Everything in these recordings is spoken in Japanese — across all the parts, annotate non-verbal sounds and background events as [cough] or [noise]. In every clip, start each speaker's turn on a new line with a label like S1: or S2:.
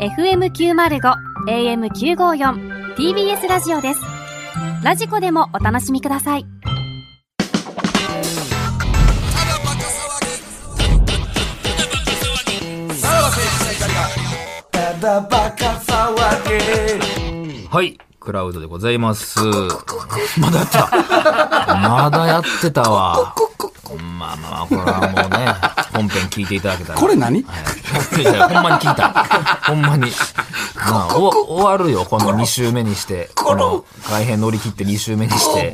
S1: FM905 AM954 TBS ラジオですラジコでもお楽しみください
S2: はい、クラウドでございます。まだやってた。まだやってたわ。まあまあ、これはもうね、本編聞いていただけたら。
S3: これ何
S2: はいいやいやほんまに聞いた。ほんまに。まあ、お終わるよ、この2週目にして。この改編乗り切って2週目にして。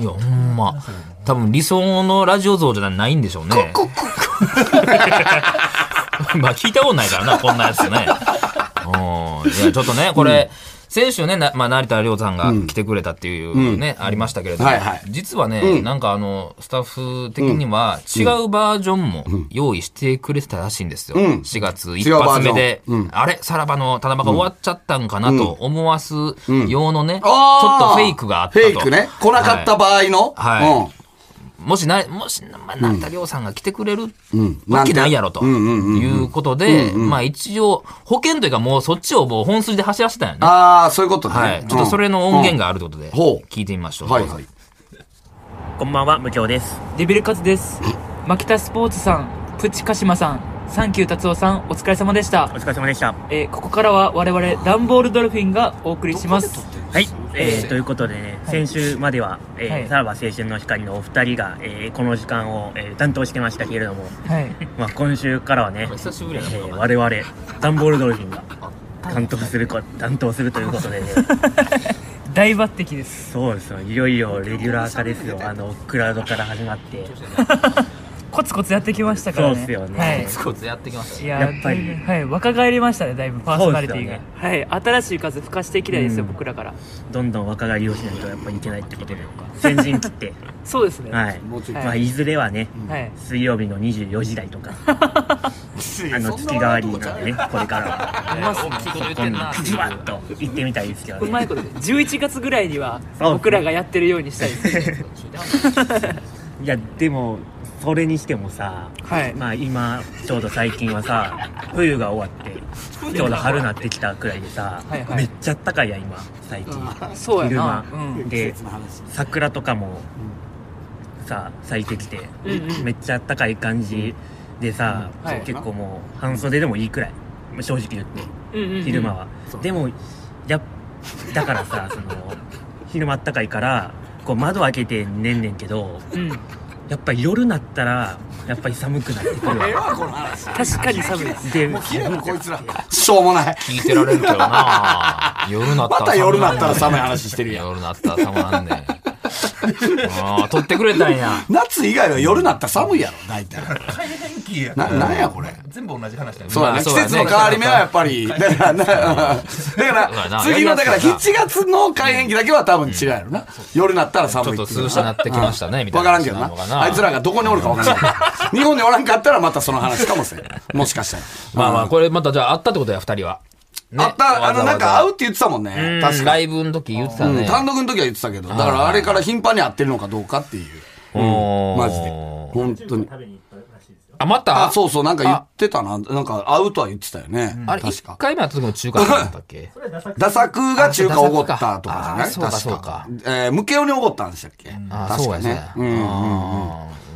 S2: いや、ほんま。多分理想のラジオ像じゃないんでしょうね。 [laughs] まあ聞いたことないからな、こんなやつね。うんいや、ちょっとね、これ、先週ね、なまあ、成田亮さんが来てくれたっていうね、ありましたけれども、
S3: はいはい
S2: 実はね、なんかあの、スタッフ的には違うバージョンも用意してくれてたらしいんですよ。
S3: ん
S2: 4月一発目で、あれ、さらばの七夕終わっちゃったんかなと思わす用のね、ちょっとフェイクがあったと。
S3: フェイクね。来なかった場合の。
S2: はいもしない、もし、まあ、成田亮さんが来てくれるわけないやろと、いうことで、まあ一応、保険というかもうそっちをもう本筋で走らせたんや
S3: うん。
S2: ね。
S3: ああ、そういうことね。
S2: はい。ちょっとそれの音源があるということで
S3: んほう、
S2: 聞いてみましょ
S3: う
S2: う。
S3: ん。はい
S2: どう
S3: は
S2: ぞ
S3: い。
S4: こんばんは、無教です。
S5: デビルカズです。マキタスポーツさん、プチカシマさん、サンキュー達夫さん、お疲れ様でし
S4: お
S5: た。
S4: 疲れ様でした。
S5: えーここからは我々、ダンボールドルフィンがお送りします。
S4: はい、えーということでね、先週までは、えー
S5: はい
S4: さらば青春の光のお二人が、えーこの時間を、えー担当してましたけれども、
S5: はい。
S4: まあ、今週からはね、
S2: 久しぶり
S4: え
S2: や
S4: ー
S2: な、
S4: 我々、ダンボールドルフィンが担当するこ、担当するということで [laughs] ね、
S5: 大抜擢です。
S4: そうですよ、いよいよレギュラー化ですよ、あの、クラウドから始まって。
S5: コツコツやってきましたからね。
S4: そうっすよね
S5: はい。
S2: つこつやってきました
S5: い
S2: ね。
S5: や
S4: やっぱり
S5: だいぶはい、若返りましたね、だいぶ、パーソナリティが。
S4: そ
S5: はい、新しい数、吹かしていきたいですよ、
S4: うん
S5: 僕らから。
S4: どんどん若返りをしないとやっぱいけないってことで、先陣切って、
S5: そうですね。は
S4: はい。
S3: もうちょい
S4: まあ、いずれはね、
S5: い。
S4: 水曜日の24時台とかあの月替わりなんでねこれからは
S2: 大きいこと言っ
S4: こ
S2: てん
S4: んな
S2: な。
S4: ジワッと行ってみたいですけど
S5: うま
S4: ね
S5: いことで、11月ぐらいには、
S4: そう
S5: 僕らがやってるようにしたいです
S4: [laughs]
S5: ね。
S4: いやでもそれにしてもさ、
S5: はい
S4: まあ今ちょうど最近はさ冬が終わってちょうど春なってきたくらいでさ、
S5: はいはい
S4: めっちゃあったかいや今最近、
S5: そうや
S4: 昼
S5: な
S4: 間。
S5: うん。
S4: で
S3: の話。
S4: 桜とかもさ咲いてきて、
S5: うんうん
S4: めっちゃあったかい感じでさ、
S5: うんはい
S4: 結構もう半袖でもいいくらい正直言って。
S5: うんうんうん
S4: 昼間は、でもやっだから
S3: [laughs]
S4: さその昼間あったかいからこう窓開けて寝んねんけど
S5: うん。
S4: やっぱり夜なったらやっぱり寒くなってくる
S3: [laughs] ええわ、この話。
S5: 確かに寒いです。
S4: で
S3: もう切れよ、こいつら。しょうもない。
S2: 聞いてられるけ
S3: [laughs]
S2: どな。夜なったら寒い。
S3: また夜なったら寒い話してるやん
S2: 夜なったら寒なんねん。 [laughs] ああ、撮ってくれたんや。
S3: 夏以外は夜なったら寒いやろ、大体。
S6: 大変気や
S3: な、なんやこれ。
S6: 全部同じ話だよね
S3: そうだ
S2: ま
S3: ね。
S2: あ
S3: 季
S2: そうだね
S3: 節の変わり目はやっぱ
S2: [laughs]
S3: り。だからな、だ
S2: そう
S3: か
S2: や
S3: ら
S2: な、
S3: 次の、だから
S2: やりやす
S3: 7月の改変期だけは多分違うやろな。夜なったら寒いっていう
S2: ちょっと涼しくなってきましたね
S3: うん
S2: みたい
S3: わ
S2: な
S3: からん
S2: 話
S3: け
S2: な
S3: ど
S2: の
S3: な
S2: かな。
S3: あいつらがどこにおるかわからんない。日本におらんかったらまたその話かもしれん。もしかしたら。
S2: まあまあ、これまたじゃあ、あったってことや、二人は。ね
S3: あった、あ
S2: わざわ
S3: の、
S2: ざ
S3: なんか会うって言ってたもん
S2: う
S3: ね。
S2: ん
S3: 確か
S2: ラ
S3: に。
S2: イブの時言ってた
S3: うん
S2: ね。
S3: 単独の時は言ってたけど、だからあれから頻繁に会ってるのかどうかっていう。
S2: おー
S3: マジで。本当に。
S2: あ、また
S3: あ、そうそう、なんか言ってたな。なんか会うとは言ってたよね。
S2: あれ、
S3: 確
S2: 一
S3: か。
S2: 回目会った時も中華だったっけ
S3: [laughs] ダサクが中華おごったとかじゃな
S2: あ
S3: い
S2: そうか
S3: 確
S2: そう
S3: か
S2: か。
S3: えー、ムケオにおごったんでしたっけ
S2: あ、
S3: 確
S2: そう
S3: か
S2: や
S3: ね
S2: ね。。
S3: うんうんうん。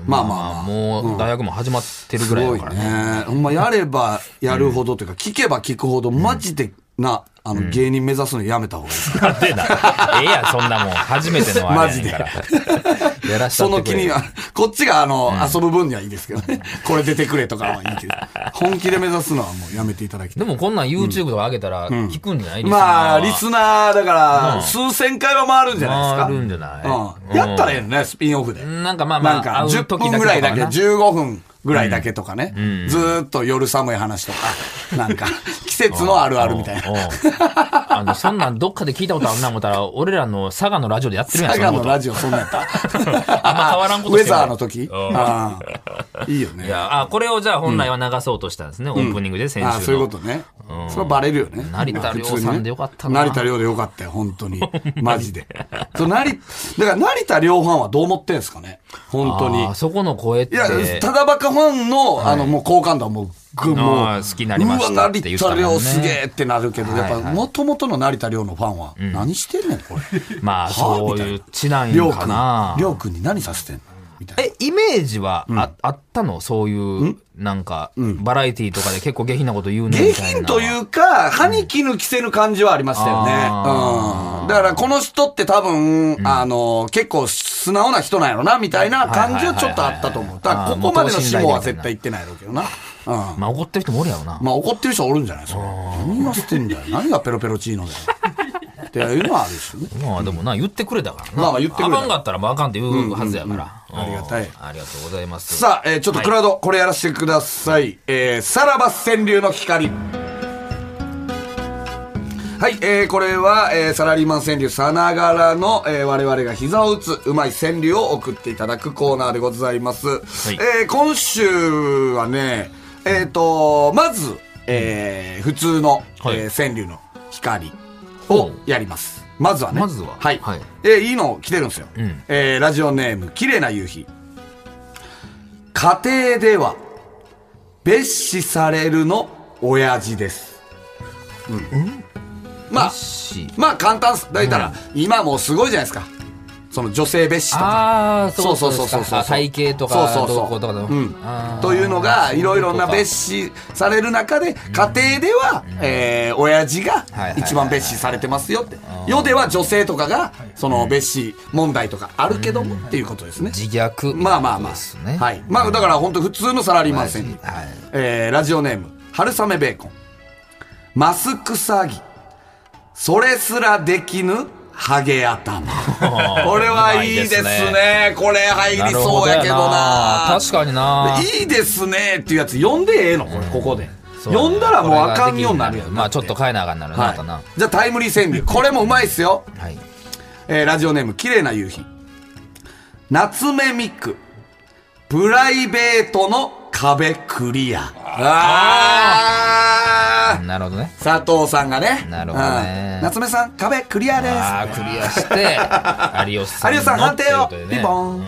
S3: まあまあまあ。
S2: もう、大学も始まってる
S3: す
S2: ぐらい
S3: ご
S2: だ
S3: い
S2: からね。
S3: ね。ほんまやればやるほどというか、聞けば聞くほど、マジでな、あの、芸人目指すのやめた方がいい。
S2: [laughs] 勝手な。 [laughs] ええやん、そんなもん。初めてのあれ [laughs] やねんから。やらし
S3: そ
S2: た
S3: の
S2: って
S3: 気
S2: くれ
S3: には、 [laughs] こっちがあの、遊ぶ分にはいいですけどね。 [laughs] これ出てくれとかはいいけど。本気で目指すのはもうやめていただきたい
S2: で。もこんなん YouTube とか上げたら、聞くんじゃない
S3: まあ、リス
S2: ナ
S3: ナー、だか
S2: うん
S3: ら、数千回は回るんじゃ
S2: ー
S3: な
S2: あ
S3: い
S2: る
S3: で
S2: んじ
S3: す
S2: ゃな
S3: か。
S2: い
S3: うん。やったらええのね、スピンオフで。
S2: なんかまあまあ、
S3: なんか、
S2: 会う
S3: 10
S2: 時だ
S3: 分ぐらいだけ、
S2: とかな
S3: 15分ぐらいだけとかね。ずーっと夜寒い話と
S2: [laughs]
S3: か、なんか、季節のあるあるみたい
S2: うん
S3: な。
S2: うんあの、そんなんどっかで聞いたことあるな思ったら、俺らの佐賀のラジオでやってるやん、
S3: 佐
S2: そんな
S3: 賀
S2: こ
S3: の
S2: と。
S3: ラジオ、そんなんやった。
S2: あんま変わらんこ
S3: ウ
S2: とし
S3: ェ
S2: てる
S3: ザーの時
S2: うん
S3: ああ。いいよ
S2: い
S3: ね。
S2: や、あ、これをじゃあ本来は流そうとしたんですね、オープニングで先週の。
S3: ああそういうことね
S2: うん。
S3: それはバレるよね。
S2: 成田凌さんでよかったな
S3: まあ普通にね成田凌でよかったよ、本当
S2: [laughs]
S3: に。マジで。そう、成、だから成田凌ファンはどう思ってんすかね本当に
S2: あ。ーそこの声って。
S3: いや、ただバカファンの、あの、もう好感度はもうごいもう
S2: あー好きになりましたって言ってたもんね
S3: うわ成田凌すげえってなるけど、やっ
S2: はいは
S3: ぱ
S2: い
S3: 元々の成田凌のファンは、何してんねんこれ
S2: まあ、そういう地なんや
S3: 亮
S2: かな
S3: 君。亮君に何させてんのみたいな
S2: え、イメージはあ,、あったのそういう、なんか、バラエティーとかで結構下品なこと言うね
S3: 下
S2: みたいな。
S3: 品というか、歯に衣着せぬ感じはありましたよ
S2: あ
S3: ね。うん。だからこの人って多分、あの、結構素直な人なんやろな、みたいな感じはちょっとあったと思う。だからここまでの死亡は絶対言ってないだろうけどな。うん。
S2: まあ、怒ってる人もおるやろな。
S3: まあ怒ってる人おるんじゃないそれ。何が捨てんだよ。何がペロペロチーノだよ。っていうのはあるですよね。
S2: まあでもな、言ってくれたから
S3: ま
S2: な。
S3: あまあ言ってくれた
S2: あかんかったらまああかんって言うはずやか
S3: うんうん
S2: ら。
S3: うんありがたい
S2: うんありがとうございます。
S3: さあ、えーちょっとクラウド、これやらせてください。えーさらば川柳の光。はい、えーこれは、えーサラリーマン川柳さながらの、えー我々が膝を打つうまい川柳を送っていただくコーナーでございます。
S2: い
S3: えー今週はね、えっ、と、まず、えー普通の、
S2: はい
S3: えー川柳の光
S2: ほ
S3: を
S2: う
S3: やります。まずはね。
S2: まずは
S3: はい。
S2: はい
S3: えーいいの来てるんですよ。
S2: うん
S3: えーラジオネーム、綺麗な夕日。家庭では、蔑視されるの親父です。うん。まあ
S2: よ、し
S3: まあ簡単っす。だいたら、今もうすごいじゃないですか。その女性蔑視とか。
S2: ああ、そうそう
S3: そ
S2: そうう
S3: そそうそう
S2: そううあ体型と
S3: そ
S2: か、
S3: うそうそう
S2: どうこうとかでも
S3: うん
S2: あー
S3: というのが、いろいろな蔑
S2: そ
S3: 視される中で、家庭では、えー親父が
S2: はいはい
S3: 一番蔑視されてますよって。世では女性とかが、その蔑視問題とかあるけどもっていうことですね。
S2: うか自虐。
S3: まあまあま
S2: です
S3: あ。
S2: ね。
S3: はい。まあだから本当普通のサラリーマン戦に。
S2: はい
S3: えーラジオネーム、春雨ベーコン。マスク詐欺。それすらできぬ、ハゲ頭。
S2: [laughs]
S3: これはいいです
S2: うまいです
S3: ね。これ入りそうやけどな。
S2: 確かにな。
S3: いいですねっていうやつ読んでええのこれ、ここで。読んだらもうあかんようになるやん。
S2: まあちょっと変えなあかんなるな、また
S3: は。。
S2: ない
S3: じゃあタイムリー川柳。これもうまいっすよ。
S2: はい。
S3: えーラジオネーム、綺麗な夕日。夏目ミク、プライベートの壁クリア。あー
S2: なるほどね。
S3: 佐藤さんがね。
S2: なるほどね
S3: うん夏目さん、壁クリアです。
S2: ああ、クリア
S3: [laughs]
S2: して、有吉さん
S3: 有
S2: の
S3: 吉さん判定を
S2: っていうことでね
S3: ピボン
S2: うん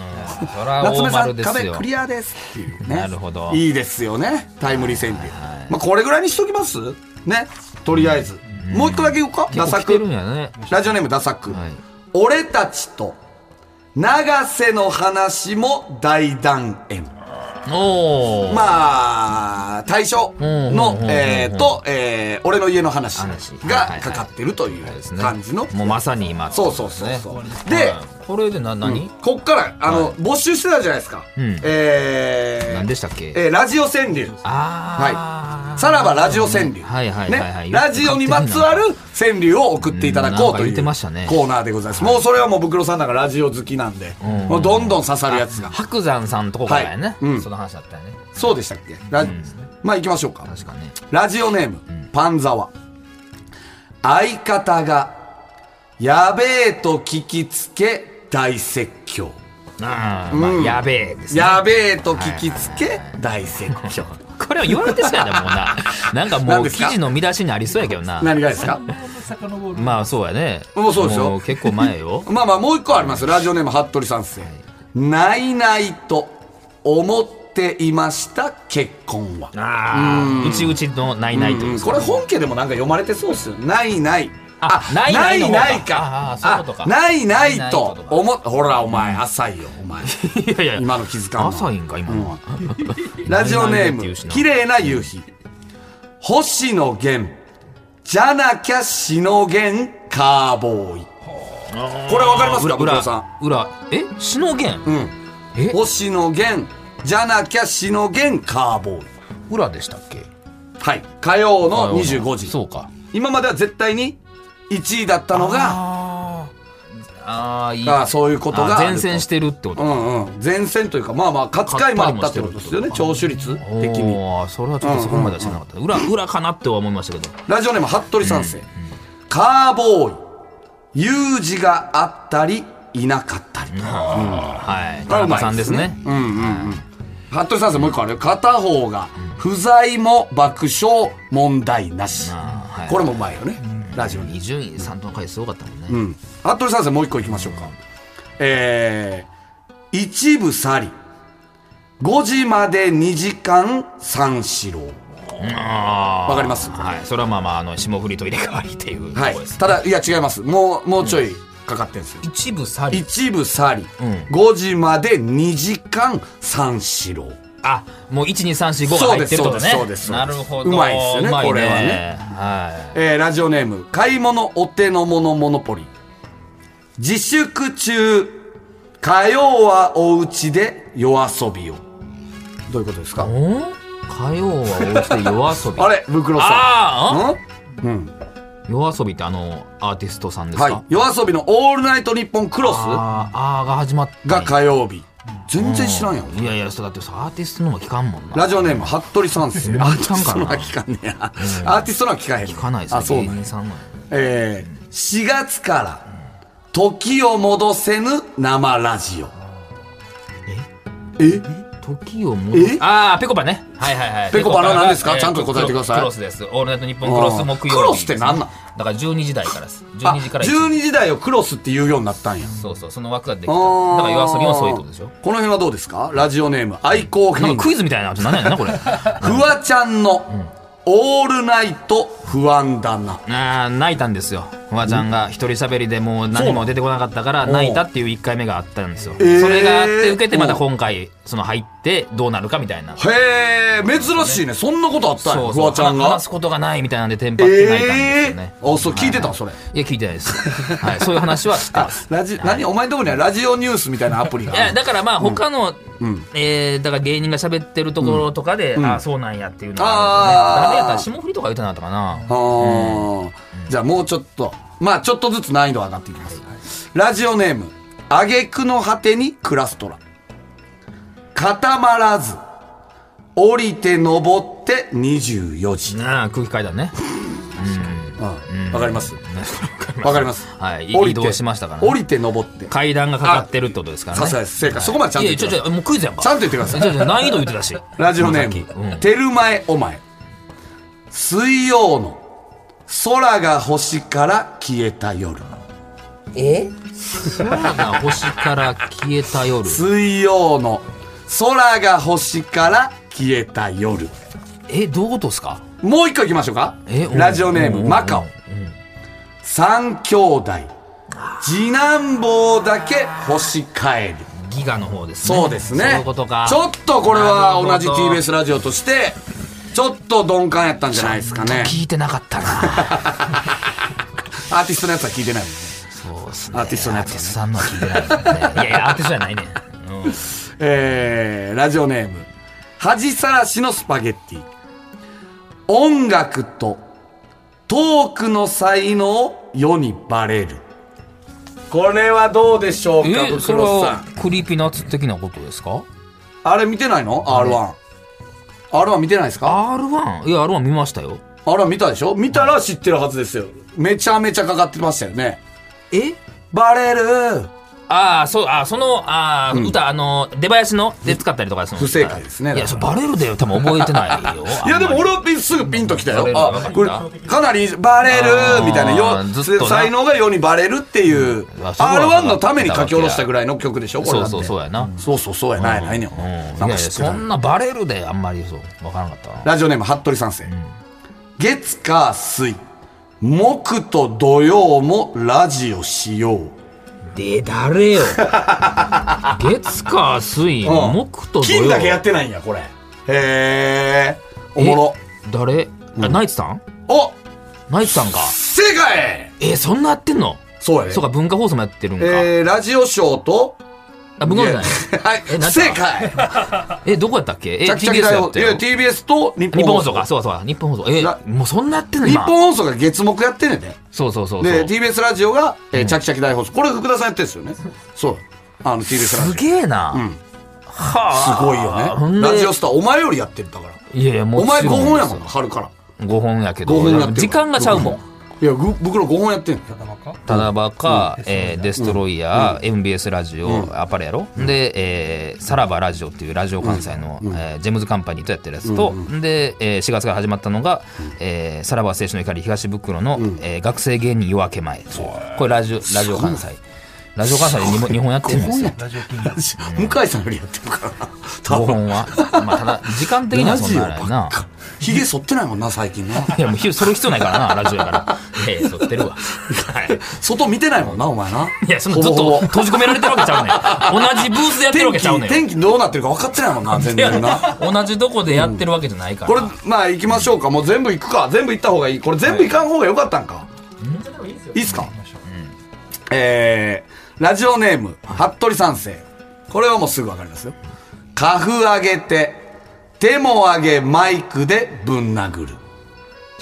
S2: そら
S3: 夏目
S2: 大
S3: さ
S2: 丸
S3: ん、
S2: です
S3: 壁
S2: よ
S3: ク。リアですっていうね。
S2: なるほど
S3: いいですよね。タイムリー川柳。まあ、これぐらいにしときますね。とりあえず。もう一個だけ言おうか。ダ
S2: 結構
S3: サ
S2: 来てる
S3: く
S2: ん。やね。
S3: ラジオネームダサく。
S2: はい
S3: 俺たちと、長瀬の話も大断円。
S2: おお。
S3: まあ、大将
S2: うん
S3: の
S2: う、んうん
S3: えーと、えー俺の家の話
S2: 話
S3: がかかってるとい
S2: そうです
S3: う
S2: ね
S3: 感じの。
S2: もうまさに今。
S3: そうそうそうそう
S2: ね
S3: で
S2: はいこれでな、何
S3: こっから、あの、募集してたじゃないですか。
S2: ん
S3: えー
S2: 何でしたっけ
S3: えーラジオ川柳。
S2: ああ。
S3: さらばラジオ川柳。
S2: はいはいはいはい
S3: ね。ラジオにまつわる川柳を送っていただこうと
S2: うんなんか
S3: いう
S2: 言っ
S3: コ
S2: てましたね
S3: ーナーでございます。もうそれはもうブクロさんだからラジオ好きなんで、
S2: ん
S3: もうどんどん刺さるやつが。
S2: 白山さんのとこからや
S3: は
S2: ね
S3: いうん。
S2: その話だったよね。
S3: そうでしたっけラまあ行きましょうか。
S2: 確かね。
S3: ラジオネーム、パンザワ。相方が、やべえと聞きつけ大説教。
S2: ああ、まあ、やべえですね。
S3: やべえと聞きつけ大説教。
S2: これは言われてそうやね、もう
S3: [laughs]
S2: な。なんか
S3: 何
S2: もう
S3: ですか
S2: 記事の見出 [laughs] しにありそうやけどな。
S3: 何がですか
S2: まあそうやね。
S3: もうそうですよ。
S2: も結構前よ
S3: まあまあ、 [laughs] もう一個あります。ラジオネーム、服部三世。ないないと思っていました、結婚は。
S2: ああ、うちうちのないないという。
S3: これ本家でもなんか読まれてそうっすよ。ないない。
S2: あないないの方か
S3: ないか。
S2: ああそういうことか
S3: あないないと
S2: ないないとか
S3: 思っ、ほら、お前、浅いよ、お
S2: [laughs]
S3: 前。
S2: いやいや、
S3: 今の気づかんの
S2: 浅いんか、今のは。
S3: ラジオネー
S2: ないないって言
S3: ム
S2: うし、な
S3: 綺麗な夕日。星野源、じゃなきゃしの源、カーボーイ。これわかりますか、
S2: 裏、
S3: 武藤さん。
S2: 裏、裏えシノゲン
S3: うん。
S2: え
S3: 星野源じゃなきゃしの源カーボーイ
S2: 裏でしたっけ
S3: はい火曜
S2: あ
S3: の25時
S2: そうか。
S3: 今までは絶対に1位だったのが
S2: あーあー、いい。
S3: あーそういうことが
S2: あ
S3: ある
S2: ー前線してるってこ
S3: う
S2: と。
S3: んうん前線というかまあまあ勝海まで行ったってことですよね
S2: 勝
S3: 聴取率的
S2: お
S3: に
S2: ーそれはちょっとそこまでは知らなかった。裏、裏かなっては思いましたけど。
S3: ラジオネーム服部三世カーボーイ有事があったりいなかったり
S2: はい。
S3: これ
S2: 田
S3: うま
S2: 中
S3: い
S2: さんですね。
S3: うんうんうん服部三世もう一個あるよ片方が不在も爆笑問題なし
S2: あーはい
S3: これもうまいよねラジオに
S2: 伊集院さんとの回すごかったもんね。
S3: うん。服部さんもう一個行きましょうか。えー、一部去り、5時まで2時間三四郎。
S2: わ
S3: わかります
S2: はい。それはまあまあ、あの、霜降りと入れ替わりっていうとこ
S3: はい
S2: ろです。。
S3: ただ、いや違います。もう、もうちょいかかってんですよ。
S2: 一部去り。
S3: 一部去り、
S2: ん
S3: 5時まで2時間三四郎。
S2: あ、もう1、2、3、4、5が入ってるってこと
S3: そうですそう
S2: ね。
S3: ですそうです
S2: なるほど。
S3: うまいっすよね
S2: うま
S3: これはね
S2: は
S3: えーラジオネーム、買い物お手の物モノポリ。自粛中、火曜はお家で夜遊びを。どういうことですか
S2: い。ん火曜はお家で夜遊び。
S3: [laughs] あれ、ブクロさん。
S2: ああ
S3: んうん。
S2: 夜遊びってあの、アーティストさんですか
S3: はい。夜遊びのオールナイトニッポンクロス
S2: あーあーが始まった。
S3: が火曜日。全然知らんやん。
S2: いやいや、そうだってさアーティストのも聞かんもんな。
S3: ラジオネーム、服部三世。
S2: ん
S3: アーティストの
S2: 聞かんかな
S3: は聞かんねや。アーティストのは聞かへん。
S2: 聞かないですね。
S3: あ、そう
S2: 芸
S3: なんや
S2: 人さんの。
S3: えー、4月から、時を戻せぬ生ラジオ。え
S2: 時を戻す
S3: え
S2: ああ、ぺこぱね。はいはいはい。
S3: ぺこぱの
S2: が
S3: 何ですか
S2: えー
S3: ちゃんと答えてください
S2: クロスクロスです。オールナイトニッポンクロス木曜日ですね。
S3: クロスって何なん
S2: だから12時台からです。
S3: あ
S2: 12時から一時。
S3: 12時台をクロスって言うようになったんや。
S2: そうそう、その枠ができた。
S3: あ
S2: だ
S3: ー
S2: から夜遊びもそういうことでしょ。
S3: この辺はどうですかラジオネーム、愛好
S2: な
S3: 変
S2: んかクイズみたいなのちょっと何やね
S3: [laughs]
S2: んな、これ。あ
S3: フワちゃんの、オールナイト不安だな。
S2: ー泣いたんですよ。フワちゃんが一人喋りでもう何も出てこなかったから泣いたっていう1回目があったんですよ。そ
S3: ー
S2: れがあって受けてまた今回、その入ってどうなるかみたいな。
S3: へえ、珍しいね。そんなことあったん
S2: そ
S3: や、
S2: う
S3: フ
S2: そう
S3: ワちゃんが
S2: 話。すことがないみたいなんでテンパって泣いたんです
S3: え
S2: よね
S3: え。ー。あ、そう、聞いてたんそれ。
S2: いや、聞いてないです。はい、そういう話は知って
S3: あ
S2: ます。
S3: ラジ、何お前んとこにはラジオニュースみたいなアプリが [laughs]
S2: い
S3: ある
S2: や、だからまあ、他の、
S3: ん
S2: えーだから芸人が喋ってるところとかで、ああ、そうなんやっていうの
S3: あー
S2: があるんですよね。ダメやったら霜降りとか言ってなかったかな。
S3: あーじゃあもうちょっと、まあちょっとずつ難易度上がっていきます。ラジオネーム、あげくの果てにクラストラ。固まらず、降りて登って24時。うん
S2: なあ、空気階段ね。
S3: わ、かりますわかります。
S2: はい
S3: 降りて
S2: 移動しましたからね
S3: 降りて登って。
S2: 階段がかかってるってことですからね。
S3: さすがです。正解。そこまでちゃん
S2: い
S3: と言
S2: や、
S3: っ
S2: ち
S3: てくだ
S2: ょち
S3: さ
S2: ょ、もうクイズやんか。
S3: ちゃんと言ってください
S2: ちょちょ難易度言ってたし。
S3: い。ラジオネー
S2: う
S3: ム、
S2: ん
S3: てるまえお前。水曜の空が星から消えた夜。
S2: 空が星から消えた夜。
S3: 水曜の空が星から消えた夜。
S2: え、どういうことですか
S3: もう一個行きましょうか
S2: え。うん
S3: ラジオネー
S2: うん
S3: ム、
S2: うん
S3: マカオ。三兄弟。次男坊だけ星帰る。
S2: ギガの方ですね。
S3: そうですね。
S2: そういうことか。
S3: ちょっとこれは同じ
S2: なるほど
S3: TBS ラジオとして、ちょっと鈍感やったんじゃないですかね。
S2: 聞いてなかったな。
S3: アーティストのやつは聞いてないもんね。
S2: そうです
S3: アーティストのやつね
S2: アーティストさんのは聞いてないもんね。いや
S3: [laughs]
S2: いや、アーティストじゃないね。うん
S3: えー、ラジオネーム、恥さらしのスパゲッティ。音楽とトークの才能世にバレる。これはどうでしょうか、
S2: え、
S3: ブ
S2: そ
S3: ク
S2: れ
S3: ロさ
S2: は
S3: ん。
S2: クリーピーナッツ的なことですか
S3: あれ見てないの ?R1。R1 見てないですか
S2: ?R1? いや、R1 見ましたよ。
S3: ?R1 見たでしょ見たら知ってるはずですよ。めちゃめちゃかかってましたよね。
S2: え
S3: バレる
S2: ああ、そう、あーその、ああ、歌、あの、出囃子ので使ったりとかするの
S3: 不正解ですね
S2: いや、それバレるでよ。多分覚えてないよ。
S3: [laughs] いやでも俺
S2: は、
S3: はピンすぐピンときた
S2: バ
S3: よ
S2: レ。る
S3: あ、これ
S2: わか
S3: かなりバレ
S2: あー
S3: るみたいな
S2: ずっと
S3: よ。
S2: な
S3: 才能が世にバレるっていう、
S2: あそうなの
S3: R1 のために書き下ろしたぐらいの曲でしょこれ
S2: そ
S3: だっ
S2: う
S3: て
S2: そうそうやな。
S3: そうそうそうやないないねん
S2: うん。いや
S3: なん
S2: い
S3: か
S2: や、
S3: 知って
S2: そ
S3: た
S2: んなバレるで、あんまりそう。わからなかったな。
S3: ラジオネーム服部三世。月火水木と土曜もラジオしよう。
S2: で、
S3: [laughs]
S2: 誰よ。月火水、
S3: うん
S2: 木と土曜。
S3: 金だけやってないんやこれ。へえ。おもろ。
S2: え。誰あ、ナイツさん
S3: お
S2: ナイツさんか。
S3: 正解。
S2: えー、そんなやってんの
S3: そうやね
S2: そうか、文化放送もやってるんか。
S3: えーラジオショーと。
S2: あ、文化放送じゃな
S3: は
S2: い。
S3: い
S2: えなん。て
S3: 正解。
S2: え、どこやったっけえ、
S3: チャキチャキ
S2: TBS
S3: 大
S2: や
S3: 王
S2: っ
S3: い
S2: て
S3: や
S2: る。
S3: TBS と日
S2: 日
S3: 本放
S2: 本放
S3: 送
S2: 送か。そうそう、日本放送。え
S3: な、
S2: もうそんなやってんの
S3: 日
S2: 今
S3: 本放送が月目やってんねんで
S2: そうそうそうそ
S3: で
S2: う。
S3: TBS ラジオが、えーチャキチャキ大放送これ福田さんやってるんですよねそうあの TBS ラジ
S2: す
S3: オす
S2: げえな。
S3: ん
S2: はあ。
S3: ごい
S2: ほ
S3: よ
S2: ん
S3: ね
S2: で
S3: ラジオスターお前よりやってるだから
S2: いやいや、もう。
S3: お前5本やもんな春から
S2: 5本やけど。
S3: 5本やってる
S2: 時間がちゃうもん。
S3: いやぐ袋5本やってんの
S2: ただばか、えーデストロイヤー、MBS ラジオ、アパレやろ、で、えーさらばラジオっていうラジオ関西の、えージェムズカンパニーとやってるやつと、で、えー4月から始まったのが、えーさらば青春の怒り東袋の、えー学生芸人夜明け前というこれラジオラジオ関西ラジオ関西で 2, 本二本やってるんですよ
S3: 向井さんよりやってるからな多分
S2: 5本は、まあ、ただ時間的にはそんなあれやな
S3: ひげ剃ってないもんな、最近な。
S2: いや、もう、ひそる必要ないからな、ラジオやから。 [laughs] ええ、そってるわ。はい。
S3: 外見てないもんな、お前な。
S2: いや、そんなずっと閉じ込められてるわけちゃうねん。同じブースでやってるわ
S3: 天
S2: けちゃうね
S3: 気、
S2: ん。
S3: 天気どうなってるか分かってないもんな、全
S2: いや
S3: 然な。
S2: 同じとこでやってるわけじゃないか
S3: こ
S2: ら。
S3: れ、まあ行きましょうか。もう全部行くか。全部行った方がいい。これ全部行かん方がよかったんか。いいっすかえー、ラジオネーム、服部三世。これはもうすぐわかりますよ。花粉上げて、手も上げマイクでぶん殴る。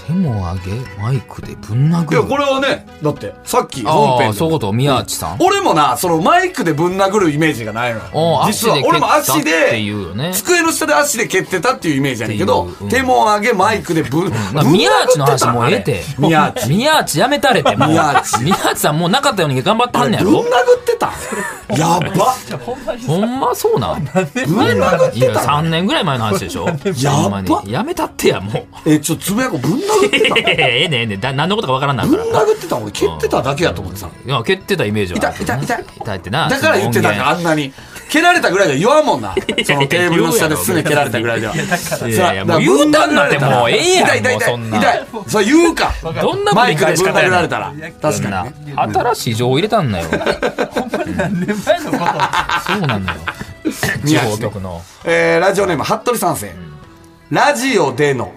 S2: 手も上げ、マイクでぶん殴
S3: い
S2: る。
S3: や、これはね、だって、さっき本
S2: あ
S3: 編
S2: あ、
S3: で
S2: そういう
S3: も。
S2: こと、宮地さん。
S3: 俺もな、そのマイクでぶん殴るイメージがないのよ
S2: お。ー
S3: 実は
S2: 足で蹴った
S3: 俺も足
S2: って
S3: で
S2: いうよね、
S3: 机の下で足で蹴ってたっていうイメージやねんけど
S2: っていうう、ん
S3: 手も上げマイクでぶん、ぶん
S2: まあ
S3: 殴
S2: 宮
S3: って
S2: 地
S3: た
S2: の話もうええ
S3: [laughs]
S2: て。
S3: あれ宮地。
S2: 宮地やめたれて、もう。
S3: 宮地
S2: 宮地さんもうなかったように頑張ってはんねや
S3: ぶん
S2: ろ
S3: 殴ってたやば
S2: ほんまそ
S3: [laughs]
S2: うな。
S3: ぶん殴っ
S2: い
S3: て
S2: や、
S3: た
S2: 3年ぐらい前の話でしょ。
S3: やば
S2: ほんまにやめたってや、も
S3: え、ちょ、つぶやこぶん殴っ
S2: う。
S3: てた
S2: [laughs] ええねんええねんだ何のことかわからんなん
S3: ぶ
S2: か
S3: ん
S2: ら。
S3: 殴ってた俺蹴ってただけやと思ってた
S2: いや、蹴ってたイメージはあるけどな。
S3: 痛い痛い痛い
S2: 痛いってな。
S3: だから言ってたんだあんなに蹴られたぐらいで言わんもん
S2: [laughs]
S3: なそのテーブルの下ですね蹴られたぐらいではい
S2: やいやもう言うたんだってもうええやん
S3: 痛い痛い
S2: もう
S3: 痛い
S2: そんな
S3: 痛いそう言うか
S2: どんな
S3: マ
S2: 繰
S3: イ
S2: り
S3: クで
S2: 返し
S3: ぶん
S2: 方
S3: 殴
S2: や
S3: ら
S2: ね
S3: れ
S2: ん
S3: たら確かにね
S2: そんな新しい情報入れた
S3: [laughs]
S2: んだよ。そうなのよ。地方局の。
S3: えーラジオネーム服部三世ラジオでの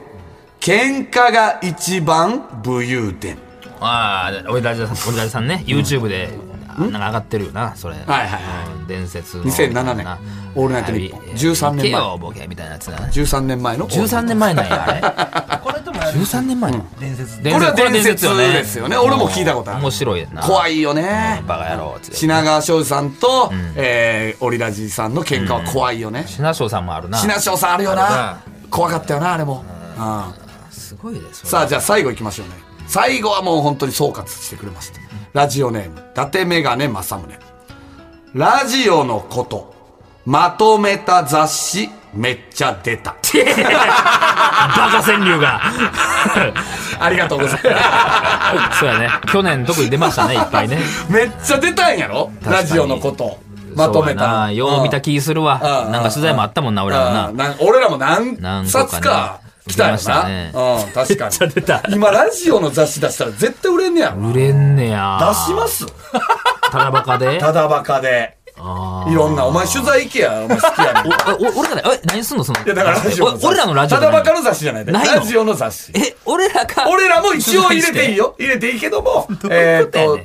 S3: 喧嘩が一番武勇伝
S2: ああ、俺ラジオさん、俺ラジオさんね、YouTube で、なんか上がってるよな、それ。はい
S3: はいは
S2: 伝説の。
S3: 2007年
S2: な
S3: オールナイトニッポン13年前
S2: 行けよ、ボケみたいなやつだね。
S3: 13年前の
S2: 13年前なんや、あ
S6: これでも
S2: れ。13年前の。
S6: 伝説
S2: 伝説
S3: これは伝説ですよね俺も聞いたことある
S2: 面白いやんな。
S3: 怖
S2: い。
S3: いよね
S2: バカ野郎っつって。
S3: 品川庄司さんと、えーオリラジさんの喧嘩は怖いよね、
S2: 品翔さんもあるな。
S3: 品庄さんあるよな
S2: あ
S3: 怖かったよなあれも、うん
S2: すごいです。
S3: さあじゃあ最後いきましょうね最後はもう本当に総括してくれましたラジオネーム伊達眼鏡政宗ラジオのことまとめた雑誌めっちゃ出た [laughs]
S2: バカ川柳が。
S3: ありがとうございま
S2: そうやね。去年特に出ましたね、いっぱいね。
S3: すめっちゃ出たんやろ
S2: かに
S3: ラジオのこと [laughs] まとめ
S2: そうや
S3: た
S2: な。よう見た気するわ。
S3: うん
S2: なんか取材もあったもんな、俺らも
S3: あー
S2: な。
S3: な俺らも何
S2: 何個か
S3: 冊
S2: ね
S3: か来たよ
S2: 出まし
S3: な、
S2: たね
S3: うん
S2: [laughs]
S3: 確かに
S2: ゃ出た
S3: 今ラジオの雑誌出したら絶対売れんねやろな
S2: 売れんねや。
S3: 出します
S2: ただバカで。
S3: ただバカで
S2: あー
S3: いろんなお前取材行けやお前好きやねんい
S2: [laughs] おお俺らだ、え、何すんのその。
S3: やだからラジオの雑誌
S2: お俺らのラジオ
S3: た
S2: じゃ
S3: だ
S2: ない。
S3: バカの雑誌じゃないで
S2: ないの
S3: ラジオの雑誌
S2: え、俺らか。
S3: 俺らも一応入れていいよ入れていいけど
S2: [laughs]
S3: もえーっと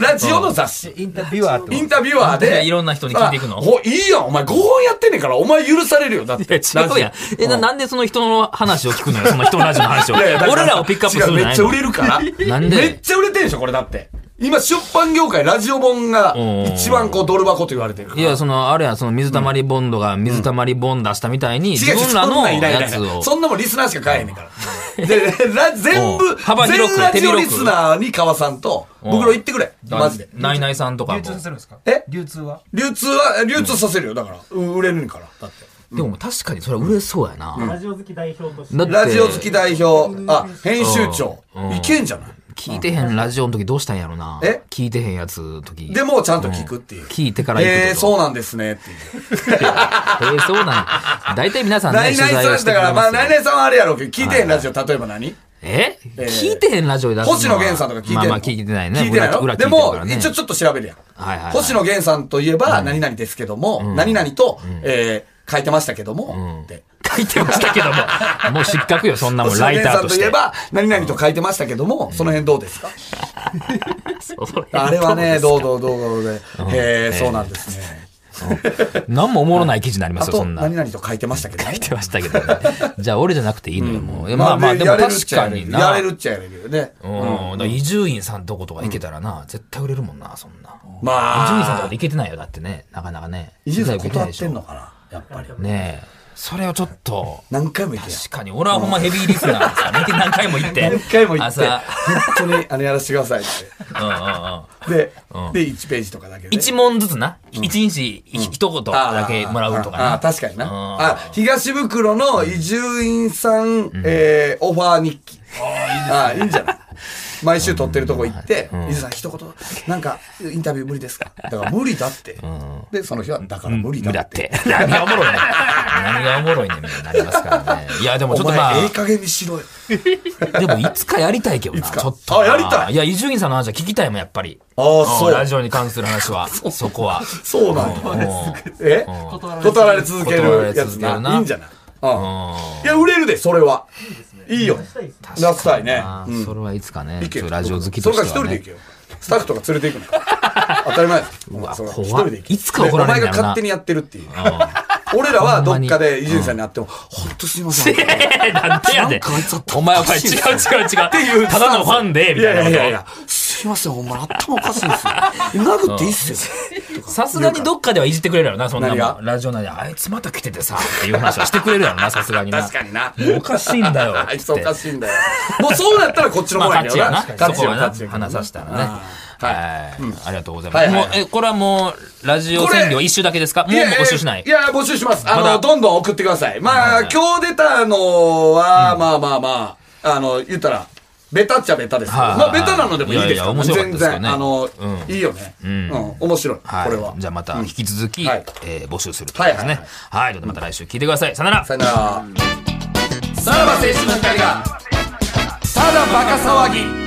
S3: ラジオの雑誌
S6: インタビュアーって
S3: インタビュアーで
S2: いろんな人に聞いていくの
S3: あほいいやんお前5本やってんねんからお前許されるよだって
S2: いや、違うやん
S3: ラ。
S2: [laughs] え、な、なんでその人の話を聞くのよ、その人のラジオの話を。
S3: いやいやだから
S2: 俺らをピックアップするん
S3: 違
S2: じ
S3: う
S2: ゃ
S3: め
S2: な
S3: っ
S2: い
S3: ちゃ
S2: の
S3: 売れるから。
S2: なんで
S3: めっちゃ売れてんでしょ、これだって。今、出版業界、ラジオ本が
S2: うん
S3: 一番こう、ドル箱と言われてるから。
S2: いや、その、あれや、その、水溜りボンドが水溜りボン出したみたいに、自
S3: 違う違う
S2: 分
S3: そ
S2: ら
S3: ん
S2: の
S3: なんいないいな
S2: や
S3: い
S2: つを。
S3: そんなもんリスナーしか買えへんねんから。で、ラ全
S2: う
S3: 部
S2: ん、幅広く
S3: 全ラジオ
S2: 手
S3: リ
S2: 広く
S3: スナーに川さんと、
S2: うん
S3: 袋行ってくれ。マジで。
S2: ナイナイさんとかも
S6: 流。通させるんですか
S3: え
S6: 流通は
S3: 流通は、流通させるよ。だから、うん売れるんから。だって。
S2: でも確かにそれは売れそうやな。
S4: ラジオ好き代表として
S2: だって
S3: ラジオ好き代表、あ、編集長
S2: う。ん
S3: いけんじゃない
S2: 聞いてへんラジオの時どうしたんやろな。
S3: え
S2: 聞いてへんやつの時。
S3: でも、ちゃんと聞くっていう。
S2: 聞いてから行くってこと
S3: えー、そうなんですね。っていう。
S2: [laughs] えーそうなんや。大体皆さんね、
S3: ナイナ
S2: 取
S3: イ
S2: 材を
S3: さ
S2: し
S3: ん
S2: て
S3: だか
S2: く
S3: ら、
S2: れ
S3: ま
S2: ま
S3: あ、
S2: す
S3: ナイ
S2: よ
S3: ナイさんはあれやろうけど、聞いてへんラジオ、例えば何
S2: え
S3: えー
S2: 聞いてへんラジオで出すのは
S3: 星野源さんとか聞いてんの
S2: まあまあ聞いてないね。
S3: 聞いてない
S2: 裏
S3: よ。
S2: 裏聞
S3: で
S2: いてるか
S3: も
S2: ら、ね
S3: 一応ちょっと調べるやん。
S2: はいはいはい
S3: 星野源さんといえば、何々ですけども、何々と、えー書いてましたけども、って。
S2: 書いてましたけども。もう失格よ、そんなもん。
S3: 星
S2: ラ
S3: 野
S2: イタ
S3: 源さ
S2: ー
S3: ん
S2: と
S3: と
S2: し
S3: い
S2: て。
S3: えば、何々と書いてましたけども、その辺どうですかあれはね、どうどうどうどうで、えーそうなんですね。
S2: 何もおもろない記事になりま
S3: あ
S2: すよ、そ
S3: と、
S2: んな。
S3: 何々と書いてましたけども
S2: 言ってましたけどね。じゃあ俺じゃなくていいのよ、もう。まあまあ、でも
S3: やれるっ
S2: 確
S3: ちゃ
S2: か
S3: やれる
S2: に
S3: や
S2: な。
S3: れるっちゃやれるよね。
S2: うん。だから伊集院さんとことか行けたらな、絶対売れるもんな、そんな。
S3: まあ
S2: 伊集院さんとかで行けてないよ、だってね。なかなかね。
S3: 伊集院さん
S2: 取材
S3: 断
S2: 受け
S3: って
S2: ない
S3: ん
S2: で
S3: のかなやっぱり
S2: しょ。ねえ。それをちょっと。
S3: 何回も言ってや
S2: 確かに、俺はほんまヘビーリスナーで
S3: [laughs]
S2: すから。見て何回も行って。
S3: 何回も言って、
S2: 朝。
S3: 本当にあのやらせてくださいっ
S2: うんうんうん。
S3: て。で、
S2: うん
S3: で、1ページとかだけで。
S2: 一問ずつな。一日ひ一言だけもらうとか
S3: ああ
S2: な
S3: あ。確かにな。
S2: うん
S3: あ、東袋の伊集院さん、えーオファー日記。ああ、いいんじゃない毎週撮ってるとこ行って
S2: うん
S3: 「伊豆さん一言なんかインタビュー無理ですか?」だから無理だってでその日は「だから無理だって」
S2: 何がおもろいねん。何がおもろいねんみたいになりますからね。いや、でもちょ
S3: お
S2: っとま
S3: 前、ええ
S2: あ、
S3: 加減にしろよ。
S2: でもいつかやりたいけどな、
S3: いつか
S2: ちょっと。
S3: あやりたい
S2: いや、伊集院さんの話は聞きたいもん、やっぱり。
S3: ああ、
S2: うんラジオに関する
S3: [laughs]
S2: 話は、そこは。
S3: そうなん
S2: うん
S3: だ。え断られ続けるやつな。いいんじゃないうんいや、売れるで、それは。いいよ。なさいね。
S2: あ
S3: う
S2: ー
S3: ん
S2: それはいつかね、
S3: いけ
S2: ち
S3: よ
S2: ょっとラジオ好きとしては、ね。
S3: それから一人で行けよ。スタッフとか連れて行くの。
S2: [laughs]
S3: 当たり前です。う
S2: わ
S3: それは
S2: 怖い
S3: 一人で行け
S2: いつか怒られるん
S3: でお
S2: だよな
S3: 前が勝手にやってるっていう。俺らはどっかで伊集院さんに会っても、ほんとすいません。
S2: [laughs]
S3: い
S2: えなんでやねん。お前は違う違う違う。ただのファンで、みた
S3: やいや
S2: いなこと。
S3: いやいや、すいません、お前頭おかしいんですよ。殴っていいっすよ。
S2: さすがにどっかではいじってくれるやろな、そんな
S3: 何
S2: も
S3: が
S2: ん。ラジオ内で、あいつまた来ててさ、っていう話はしてくれるや
S3: [laughs]
S2: ろな、さすがにな。
S3: 確かにな。
S2: もうおかしいん
S3: [laughs]
S2: だよ。
S3: あいつおか
S2: い。
S3: しい
S2: [laughs]
S3: んだよ。もうそうなったらこっちの
S2: ま
S3: 方
S2: あ、
S3: がいいん
S2: 勝ち
S3: だよ
S2: や
S3: な。
S2: な。そこ
S3: よ
S2: はな、
S3: 勝ちよ
S2: 話させたらね。はい。ありがとうございま
S3: は
S2: す。
S3: い
S2: もう
S3: は、い
S2: え、これはもう、ラジオ占領一周だけですかもうもう募集しない
S3: い。や、いや募集します。あ
S2: まだ
S3: の、どんどん送ってください。まあ、今日出たのは、まあまあまあ、あの、言ったら、ベタっちゃベタですけど、
S2: はいはい
S3: ま
S2: は
S3: あ、
S2: い
S3: ベタなのでもいいですから
S2: いやいや面白かった
S3: 全
S2: ですよね
S3: 然、あの
S2: う、ん
S3: いいよね。うんん、面白い、こ
S2: はい
S3: れは。
S2: じゃあまた引き続き、
S3: はい
S2: えー募集するということですね。はい。ということでまた来週聞いてください。さよなら。
S3: さよなら。さらば青春の光が、ただバカ騒ぎ。